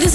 this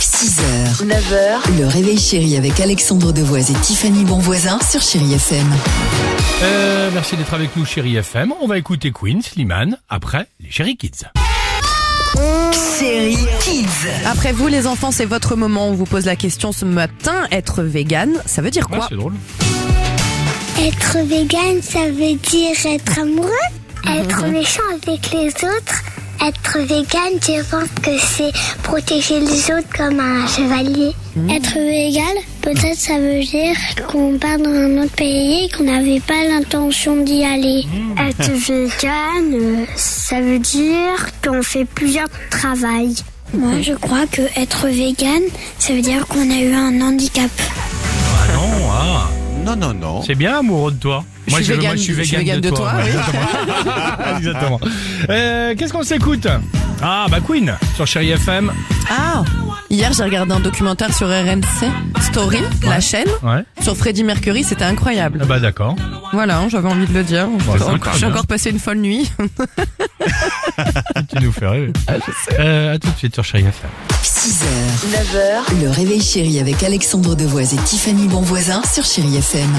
6h, 9h, le réveil chéri avec Alexandre Devoise et Tiffany Bonvoisin sur Chérie FM. Euh, merci d'être avec nous, chérie FM. On va écouter Queen, Slimane, après les Chéri Kids. Chérie Kids. Après vous, les enfants, c'est votre moment. On vous pose la question ce matin. Être vegan, ça veut dire Ouais, quoi c'est drôle. Être vegan, ça veut dire être amoureux, être méchant avec les autres. Être vegan, je pense que c'est protéger les autres comme un chevalier. Être vegan, peut-être ça veut dire qu'on part dans un autre pays et qu'on n'avait pas l'intention d'y aller. Être vegan, euh, ça veut dire qu'on fait plusieurs travail. Moi, je crois que être vegan, ça veut dire qu'on a eu un handicap. Ah non, ah. non, non, non. C'est bien amoureux de toi. Je suis moi, végane- je suis végane de toi, oui. exactement. Exactement. Euh, Qu'est-ce qu'on s'écoute Ah, bah Queen, sur Chéri FM. Ah Hier, j'ai regardé un documentaire sur RNC Story, la chaîne, Ouais. sur Freddie Mercury. C'était incroyable. Ah bah d'accord. Voilà, hein, j'avais envie de le dire. c'est Encore- incroyable. J'ai encore passé une folle nuit. Tu nous fais rêver. Ah, Euh, à tout de suite sur Chéri FM. 6h, 9h, le réveil chéri avec Alexandre Devoise et Tiffany Bonvoisin sur Chérie FM.